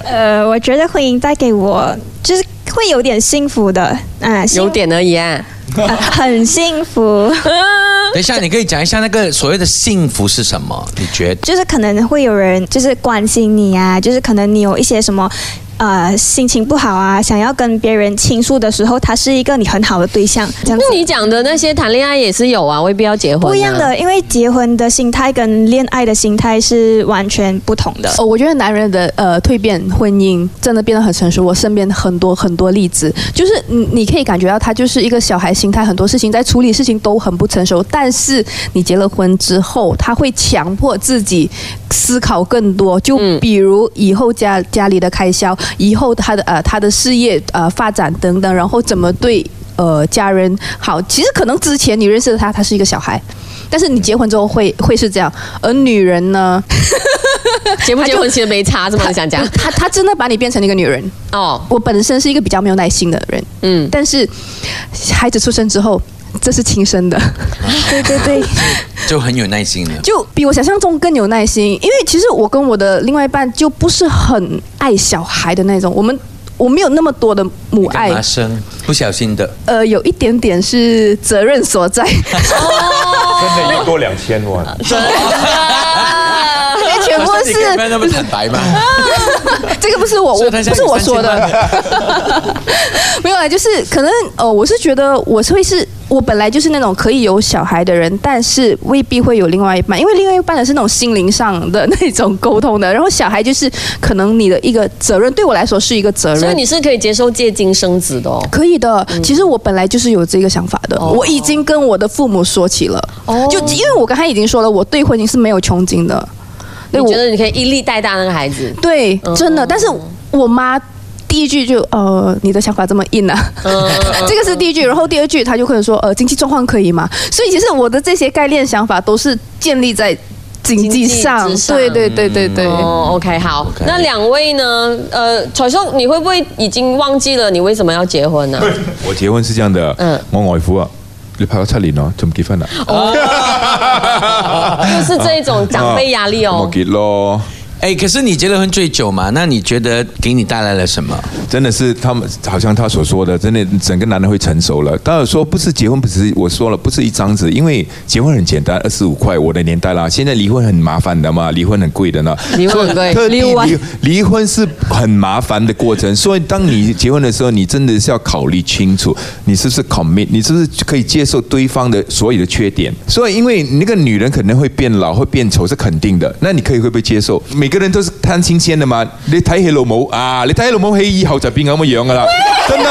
[SPEAKER 6] 呃，我觉得婚姻带给我就是会有点幸福的，啊、幸
[SPEAKER 1] 有、点而已 啊。
[SPEAKER 6] 呃很幸福，
[SPEAKER 2] 等一下，你可以講一下那個所謂的幸福是什麼？你覺得？
[SPEAKER 6] 就是可能会有人就是关心你啊，就是可能你有一些什么。呃，心情不好啊，想要跟别人倾诉的时候，他是一个你很好的对象，这样子
[SPEAKER 1] 那。你讲的那些谈恋爱也是有啊，未必要结婚、啊。
[SPEAKER 6] 不一样的，因为结婚的心态跟恋爱的心态是完全不同的。
[SPEAKER 8] 哦，我觉得男人的呃蜕变婚姻真的变得很成熟，我身边很多很多例子，就是你你可以感觉到他就是一个小孩心态，很多事情在处理事情都很不成熟，但是你结了婚之后，他会强迫自己思考更多，就比如以后家家里的开销，以后他的呃他的事业呃发展等等，然后怎么对。呃，家人好，其实可能之前你认识的他，他是一个小孩，但是你结婚之后会会是这样，而女人呢，
[SPEAKER 1] 结不结婚其实没差，这么你想 讲
[SPEAKER 8] 他他真的把你变成一个女人。
[SPEAKER 1] 哦，
[SPEAKER 8] 我本身是一个比较没有耐心的人，
[SPEAKER 1] 嗯，
[SPEAKER 8] 但是孩子出生之后，这是亲 生的，
[SPEAKER 6] 对对 对，
[SPEAKER 2] 就很有耐心了。
[SPEAKER 8] 就比我想象中更有耐心。因为其实我跟我的另外一半就不是很爱小孩的那种，我们我没有那么多的母
[SPEAKER 2] 你干嘛
[SPEAKER 8] 爱，
[SPEAKER 2] 生？不小心的。
[SPEAKER 8] 呃，有一点点是责任 所在。
[SPEAKER 3] 真的又多两千万。
[SPEAKER 6] 啊
[SPEAKER 8] 哎全部
[SPEAKER 2] 你跟
[SPEAKER 8] 是
[SPEAKER 2] 那么坦白吗？
[SPEAKER 8] 这个不是我，
[SPEAKER 2] 所以
[SPEAKER 8] 我
[SPEAKER 2] 他
[SPEAKER 8] 不
[SPEAKER 2] 现在
[SPEAKER 8] 是我说
[SPEAKER 2] 有三千
[SPEAKER 8] 的， 没有啊，就是可能呃，我是觉得我是会是我本来就是那种可以有小孩的人，但是未必会有另外一半，因为另外一半的是那种心灵上的那种沟通的，然后小孩就是可能你的一个责任，对我来说是一个责
[SPEAKER 1] 所以
[SPEAKER 8] 任。哦
[SPEAKER 1] 你是可以接受借精生子的哦。
[SPEAKER 8] 可以的，其实我本来就是有这个想法的，我已经跟我的父母说起了，就因为我刚才已经说了，我对婚姻是没有穷尽的，对
[SPEAKER 1] 你
[SPEAKER 8] 我
[SPEAKER 1] 觉得你可以一力带大那个孩子？
[SPEAKER 8] 对，真
[SPEAKER 1] 哦
[SPEAKER 8] 的。但是我妈第一句就呃，你的想法这么硬啊，
[SPEAKER 1] 嗯
[SPEAKER 8] 这个是第一句。然后第二句她就可能说呃，经济状况可以吗？所以其实我的这些概念想法都是建立在经济上
[SPEAKER 1] 经济之，上
[SPEAKER 8] 对对对对对。
[SPEAKER 1] 哦，OK，好。那两位呢？呃，彩松，你会不会已经忘记了你为什么要结婚呢、啊
[SPEAKER 3] 我結婚是這樣的，
[SPEAKER 1] 嗯
[SPEAKER 3] 我外父啊，你拍咗七年咯，仲唔結婚啊？
[SPEAKER 1] 就是这一种长辈压力
[SPEAKER 3] 咁
[SPEAKER 1] 哦
[SPEAKER 3] 我。結咯，
[SPEAKER 2] 哎，可是你结了婚最久嘛，那你觉得给你带来了什么？
[SPEAKER 3] 真的是他们，好像他所说的，真的整个男人会成熟了。当然说不是结婚，不是我说了，不是一张纸，因为结婚很简单，二十五块，我的年代啦。现在离婚很麻烦的嘛，离婚很贵的呢。
[SPEAKER 1] 离婚很贵
[SPEAKER 3] 所以特地
[SPEAKER 1] 离婚
[SPEAKER 3] 离离婚是很麻烦的过程，所以当你结婚的时候，你真的是要考虑清楚，你是不是 commit，你是不是可以接受对方的所有的缺点。所以，因为那个女人可能会变老，会变丑是肯定的，那你可以会不会接受？每个人都是贪新鲜的嘛。你睇戲老母啊，你睇戲老母戲以後就變咁嘅樣噶啦，真的。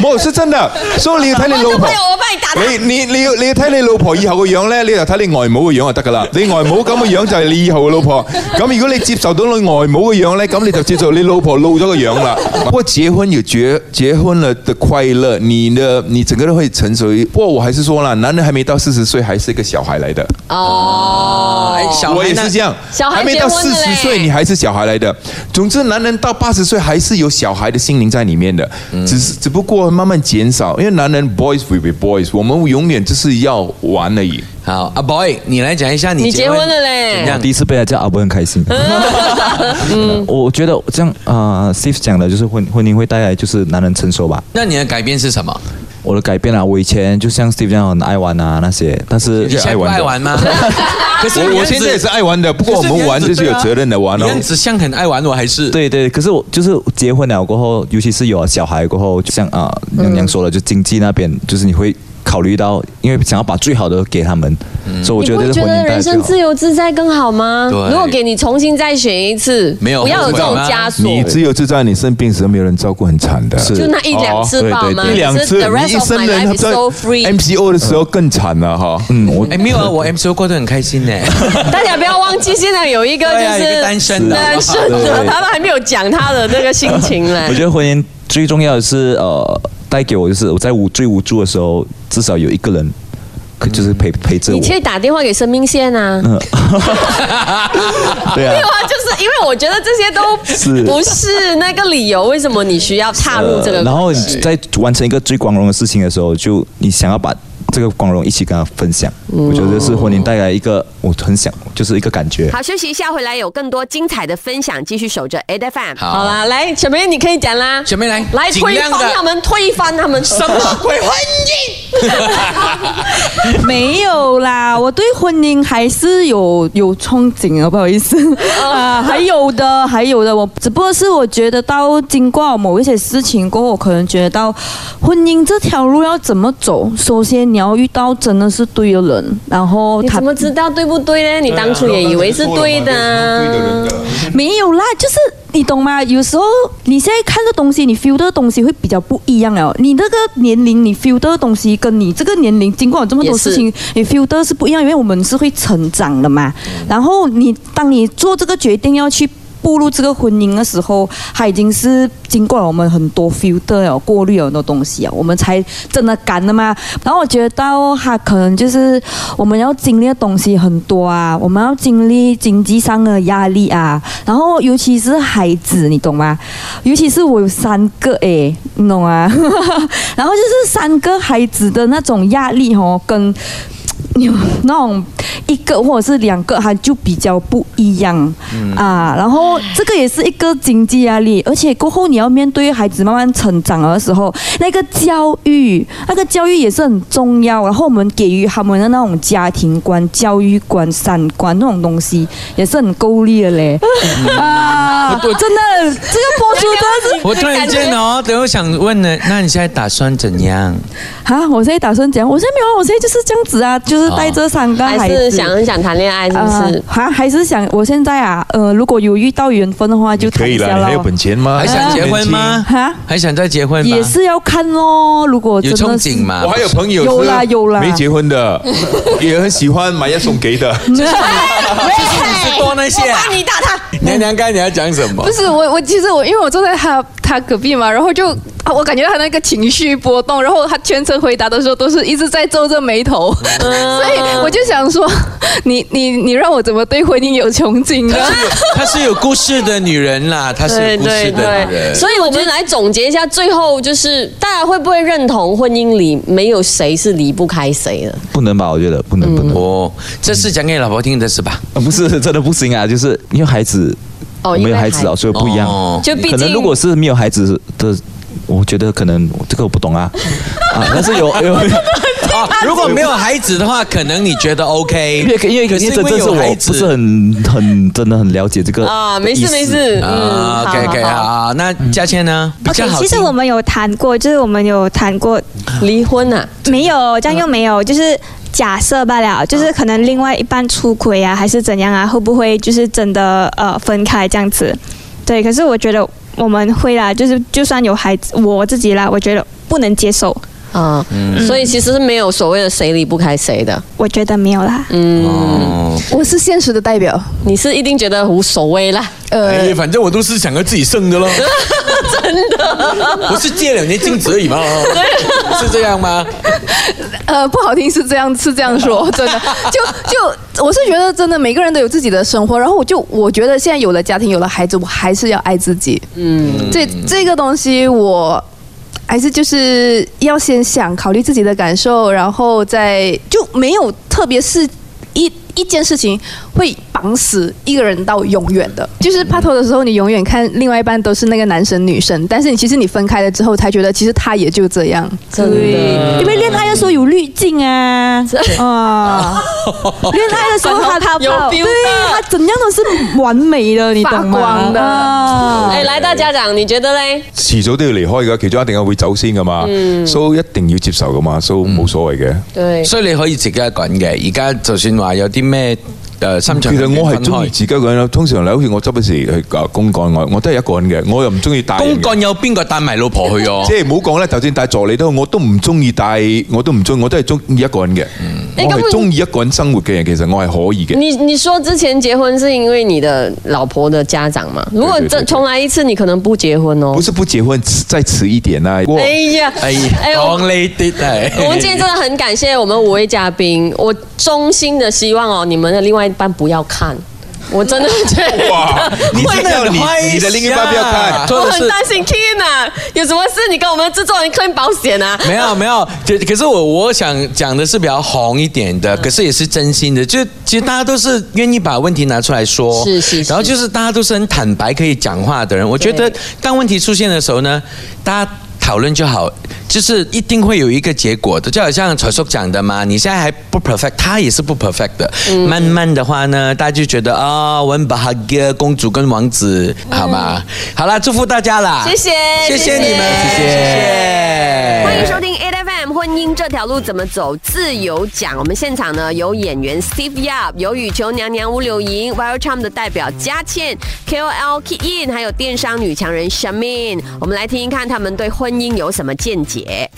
[SPEAKER 3] 冇是真的，所以你要睇你老婆。
[SPEAKER 1] 我幫你打
[SPEAKER 3] 你你你要你要睇你老婆以後個樣咧，你就睇你外母個樣就得噶啦。你外母咁嘅樣就係你以後嘅老婆。咁如果你接受到你外母嘅樣咧，咁你就接受你老婆老咗個樣啦。 不過結婚有結結婚了的快樂，你的你整個人會成熟一。不過我還是說啦，男人還沒到四十歲，還是一個小孩來的。
[SPEAKER 1] 哦，
[SPEAKER 2] 哎小孩呢
[SPEAKER 3] 我也是这样，
[SPEAKER 1] 小孩
[SPEAKER 3] 还没到
[SPEAKER 1] 结婚
[SPEAKER 3] 四
[SPEAKER 1] 了嘞
[SPEAKER 3] 十岁，你还是小孩来的。总之，男人到八十岁还是有小孩的心灵在里面的，
[SPEAKER 1] 嗯
[SPEAKER 3] 只是只不过慢慢减少，因为男人 boys will be boys，我们永远就是要玩而已。
[SPEAKER 2] 好，阿 boy，你来讲一下你
[SPEAKER 1] 你结婚了嘞
[SPEAKER 2] 怎样
[SPEAKER 5] 第一次被他叫阿伯很开心。 我觉得这样啊、s t e v e 讲的就是婚婚姻会带来就是男人成熟吧。
[SPEAKER 2] 那你的改变是什么？
[SPEAKER 5] 我的改变啊，我以前就像 Steve 这样很爱玩啊那些，但是
[SPEAKER 2] 你现在不爱玩 吗？可是
[SPEAKER 3] 我
[SPEAKER 2] 你
[SPEAKER 3] 我
[SPEAKER 2] 样子
[SPEAKER 3] 现在也是爱玩的，不过我们玩就是有责任的玩哦
[SPEAKER 2] 啊你。样子像很爱玩，我还是
[SPEAKER 5] 对对，可是我就是结婚了过后，尤其是有了小孩过后，就像啊娘娘说了，就经济那边，就是你会考虑到，因为想要把最好的给他们，所以我
[SPEAKER 1] 你
[SPEAKER 5] 觉
[SPEAKER 1] 不
[SPEAKER 5] 得
[SPEAKER 1] 觉
[SPEAKER 5] 这婚
[SPEAKER 1] 得
[SPEAKER 5] 姻带来
[SPEAKER 1] 人生
[SPEAKER 5] 最好。
[SPEAKER 1] 自由自在更好吗？
[SPEAKER 2] 对
[SPEAKER 1] 如果给你重新再选一次，
[SPEAKER 2] 没有
[SPEAKER 1] 不要有这种
[SPEAKER 2] 后悔吗
[SPEAKER 1] 枷锁，
[SPEAKER 3] 你自由自在，你生病时候没有人照顾，很惨的。哦
[SPEAKER 5] 是
[SPEAKER 1] 就那一两次吧
[SPEAKER 5] 对对
[SPEAKER 1] 吗？
[SPEAKER 5] 对
[SPEAKER 3] 一两次，
[SPEAKER 1] 可是 The
[SPEAKER 3] 你
[SPEAKER 1] rest
[SPEAKER 3] 一
[SPEAKER 1] of
[SPEAKER 3] 生
[SPEAKER 1] my
[SPEAKER 3] 人
[SPEAKER 1] life is
[SPEAKER 3] 在
[SPEAKER 1] so free。
[SPEAKER 3] MCO 的时候更惨了哈。
[SPEAKER 5] 嗯，我
[SPEAKER 2] 哎，没有啊，我 M C O 过得很开心呢。
[SPEAKER 1] 大家不要忘记，现在有一个
[SPEAKER 2] 对啊
[SPEAKER 1] 就
[SPEAKER 2] 有一
[SPEAKER 1] 是
[SPEAKER 2] 个单身的
[SPEAKER 1] 单身的，
[SPEAKER 5] 对
[SPEAKER 1] 他们还没有讲他的那个心情嘞。
[SPEAKER 5] 我觉得婚姻最重要的是呃，带给我就是我在无最无助的时候，至少有一个人，可就是陪陪着
[SPEAKER 1] 嗯
[SPEAKER 5] 我
[SPEAKER 1] 你。去打电话给生命线啊！
[SPEAKER 5] 对啊
[SPEAKER 1] 对，啊，就是因为我觉得这些都
[SPEAKER 5] 是
[SPEAKER 1] 不是那个理由，为什么你需要踏入这个？
[SPEAKER 5] 呃然后你在完成一个最光荣的事情的时候，就你想要把这个光荣一起跟他分享，
[SPEAKER 1] 嗯
[SPEAKER 5] 我觉得是婚姻带来一个我很想就是一个感觉。
[SPEAKER 7] 好，休息一下，回来有更多精彩的分享，继续守着 A F M。
[SPEAKER 1] 好啦，来，小梅你可以讲啦，
[SPEAKER 2] 小妹来
[SPEAKER 1] 来
[SPEAKER 2] 尽
[SPEAKER 1] 推
[SPEAKER 2] 量
[SPEAKER 1] 翻
[SPEAKER 2] 地
[SPEAKER 1] 他们，推翻他们，什么鬼婚
[SPEAKER 4] 没有啦，我对婚姻还是有有憧憬啊，不好意思，
[SPEAKER 1] 哦
[SPEAKER 4] 啊、还有的，还有的，我只不过是我觉得到经过某一些事情过后，我可能觉得到婚姻这条路要怎么走，首先你要遇到真的是对的人，然后
[SPEAKER 1] 你
[SPEAKER 4] 他
[SPEAKER 1] 怎么知道对不对呢？你当初也以为是对的啊。
[SPEAKER 4] 没有啦，就是你懂吗？有时候你现在看的东西，你 feel 的东西会比较不一样了。你那个年龄，你 feel 的东西跟你这个年龄经过了这么多事情，你 feel 的是不一样，因为我们是会成长的嘛。然后你当你做这个决定要去。步入这个婚姻的时候，他已经是经过了我们很多 filter 了、过滤了很多东西啊，我们才真的敢的嘛。然后我觉得到他可能就是我们要经历的东西很多啊，我们要经历经济上的压力啊，然后尤其是孩子，你懂吗？尤其是我有三个诶，你懂啊？ 然后就是三个孩子的那种压力哦，跟有那种一个或者是两个，它就比较不一样、啊。然后这个也是一个经济压力，而且过后你要面对孩子慢慢成长的时候，那个教育，那个教育也是很重要。然后我们给予他们的那种家庭观、教育观、三观那种东西，也是很够力的嘞。啊，真的，这个播出真的是
[SPEAKER 2] 我突然间哦，等我想问呢，那你现在打算怎样？
[SPEAKER 4] 啊！我现在打算讲，我现在没有，我现在就是这样子啊，就是带这三个孩
[SPEAKER 1] 还
[SPEAKER 4] 子，
[SPEAKER 1] 是想很想谈恋爱，是不是？
[SPEAKER 4] 还、还是想我现在啊，呃，如果有遇到缘分的话，就
[SPEAKER 3] 可
[SPEAKER 4] 谈
[SPEAKER 3] 以
[SPEAKER 4] 一
[SPEAKER 3] 了，
[SPEAKER 4] 下
[SPEAKER 3] 你还有
[SPEAKER 4] 咯。
[SPEAKER 3] 本钱吗？
[SPEAKER 2] 还想结婚吗？
[SPEAKER 4] 哈，
[SPEAKER 2] 还想再结婚吗？
[SPEAKER 4] 也是要看咯。如果真
[SPEAKER 2] 有
[SPEAKER 4] 的
[SPEAKER 2] 憧憬 嘛？
[SPEAKER 3] 我还有朋友是
[SPEAKER 4] 有啦有啦
[SPEAKER 3] 没结婚的，也很喜欢买要送给的。
[SPEAKER 2] 是多那些。你打他。娘娘，刚才你要讲什么
[SPEAKER 8] 不？是我，我其实我因为我坐在他他隔壁嘛，然后就啊，我感觉到他那个情绪波动，然后他全程回答的时候都是一直在皱着眉头，
[SPEAKER 1] 嗯
[SPEAKER 8] 所以我就想说，你你你让我怎么对婚姻有憧憬 呢？
[SPEAKER 2] 她是有故事的女人啦，她是有故事的女人。
[SPEAKER 1] 所以我们来总结一下，最后就是大家会不会认同婚姻里没有谁是离不开谁的？
[SPEAKER 5] 不能吧？我觉得不能不能，
[SPEAKER 2] 哦，这是讲给老婆听的是吧？
[SPEAKER 5] 呃不是 真的不行啊，就是因为孩
[SPEAKER 1] 嗯
[SPEAKER 5] 子，
[SPEAKER 1] 哦
[SPEAKER 5] 我们
[SPEAKER 1] 因为
[SPEAKER 5] 有孩子
[SPEAKER 1] 孩
[SPEAKER 5] 啊，所以不一样。
[SPEAKER 2] 哦
[SPEAKER 1] 就毕
[SPEAKER 5] 可能
[SPEAKER 1] 竟
[SPEAKER 5] 如果是没有孩子的，我觉得可能这个我不懂啊啊，但是有 有。
[SPEAKER 2] 哦，如果没有孩子的话，可能你觉得 OK，
[SPEAKER 5] 因为因为
[SPEAKER 2] 可
[SPEAKER 5] 可
[SPEAKER 2] 是
[SPEAKER 5] 是
[SPEAKER 2] 因
[SPEAKER 5] 真
[SPEAKER 2] 为
[SPEAKER 5] 正是
[SPEAKER 2] 有孩
[SPEAKER 5] 我
[SPEAKER 2] 子
[SPEAKER 5] 不是很很真的很了解这个
[SPEAKER 1] 啊，没
[SPEAKER 5] 意
[SPEAKER 1] 事
[SPEAKER 5] 思
[SPEAKER 1] 没事，嗯
[SPEAKER 2] 啊，OK OK，好，那佳倩呢？比较
[SPEAKER 6] OK，
[SPEAKER 2] 好
[SPEAKER 6] 其
[SPEAKER 2] 听。
[SPEAKER 6] 实我们有谈过，就是我们有谈过，
[SPEAKER 1] 离婚啊，
[SPEAKER 6] 没有这样又没有，就是假设罢了，就是可能另外一半出轨啊，还是怎样啊，会不会就是真的呃分开这样子？对，可是我觉得我们会啦，就是就算有孩子，我自己啦，我觉得不能接受，
[SPEAKER 1] 啊，所以其实是没有所谓的谁离不开谁的。
[SPEAKER 6] 我觉得没有啦。
[SPEAKER 2] 哦，
[SPEAKER 8] 我是现实的代表，
[SPEAKER 1] 你是一定觉得无所谓啦，
[SPEAKER 8] 呃，
[SPEAKER 9] 哎，反正我都是想要自己生 的咯。真的，不是借两年镜子而已嘛，是这样吗？
[SPEAKER 1] 哎
[SPEAKER 8] 呃，不好听是这样是这样说，真的，就就我是觉得真的每个人都有自己的生活，然后我就我觉得现在有了家庭，有了孩子，我还是要爱自己。嗯，这这个东西我。还是就是要先想考虑自己的感受，然后再就没有特别是一一件事情会绑死一个人到永远的。就是拍拖的时候，你永远看另外一半都是那个男生女生，但是你其实你分开了之后，才觉得其实他也就这样。
[SPEAKER 1] 真的。
[SPEAKER 6] 因为恋爱的时候有滤镜啊，啊，恋爱的时候他他
[SPEAKER 1] 有 feel
[SPEAKER 6] 对
[SPEAKER 1] 的
[SPEAKER 6] 他怎样都是完美的，你懂吗？
[SPEAKER 8] 发光的
[SPEAKER 6] 啊
[SPEAKER 1] 哎，来大家长，你觉得嘞？
[SPEAKER 3] 遲早都要離開㗎，其中一定係會走先㗎嘛，所以一定要接受㗎嘛，所以冇所謂嘅。
[SPEAKER 1] 对，
[SPEAKER 2] 所以你可以自己一個人嘅。而家就算話有啲咩誒心腸，
[SPEAKER 3] 其實我係中意自己一個人咯，通常你好似我執嗰時去啊公幹我，我都係一個人嘅，我又唔中意帶人
[SPEAKER 2] 公
[SPEAKER 3] 嘅。
[SPEAKER 2] 幹有邊個帶埋老婆去哦
[SPEAKER 3] 即？係唔好講咧，就算帶助理都好，我都唔中意帶，我都唔中，我都係中意一個人嘅。
[SPEAKER 1] 你
[SPEAKER 3] 我
[SPEAKER 1] 根本
[SPEAKER 3] 係中意一個人生活嘅人，其實我係可以嘅。
[SPEAKER 1] 你你说之前结婚是因为你的老婆的家长嘛？如果
[SPEAKER 3] 对对
[SPEAKER 1] 这
[SPEAKER 3] 对对
[SPEAKER 1] 重来一次，你可能不结婚哦
[SPEAKER 3] 不。是不結婚，再遲一點啦。
[SPEAKER 1] 哎呀，
[SPEAKER 2] 哎，
[SPEAKER 1] 我
[SPEAKER 2] 講
[SPEAKER 3] 啊
[SPEAKER 2] 呢啲哎
[SPEAKER 1] 我
[SPEAKER 2] 係
[SPEAKER 1] 们今天真的很感谢我们五位嘉宾，我衷心的希望哦，你们的另外一半不要看，我真的觉 得。
[SPEAKER 3] 哇！你
[SPEAKER 2] 真的很坏
[SPEAKER 3] 你的另一半不要看，
[SPEAKER 2] 真
[SPEAKER 1] 我
[SPEAKER 2] 的是
[SPEAKER 1] 很担心 Tina，有什么事你跟我们制作人 claim 保险啊？
[SPEAKER 2] 没有没有，可可是我我想讲的是比较红一点
[SPEAKER 1] 嗯
[SPEAKER 2] 的，可是也是真心的，就其实大家都是愿意把问题拿出来说，
[SPEAKER 1] 是是是
[SPEAKER 2] 然后就是大家都是很坦白可以讲话的人，我觉得
[SPEAKER 1] 对
[SPEAKER 2] 当问题出现的时候呢，大家。讨论就好，就是一定会有一个结果的，就好像彩叔讲的嘛，你现在还不 perfect，他也是不 perfect 的。
[SPEAKER 1] 嗯
[SPEAKER 2] 慢慢的话呢，大家就觉得啊，我们把哈哥公主跟王子，好吗？好啦，祝福大家啦，
[SPEAKER 1] 嗯谢谢
[SPEAKER 2] 谢谢你们，
[SPEAKER 1] 谢谢
[SPEAKER 2] 谢
[SPEAKER 7] 欢迎收听 A F M 婚姻这条路怎么走自由讲。我们现场呢有演员 Steve Yap，有羽球娘娘吴柳莹 w i l d Charm 的代表佳倩，K O L Key In，还有电商女强人 Shamin。我们来听一看他们对婚姻有什么见解。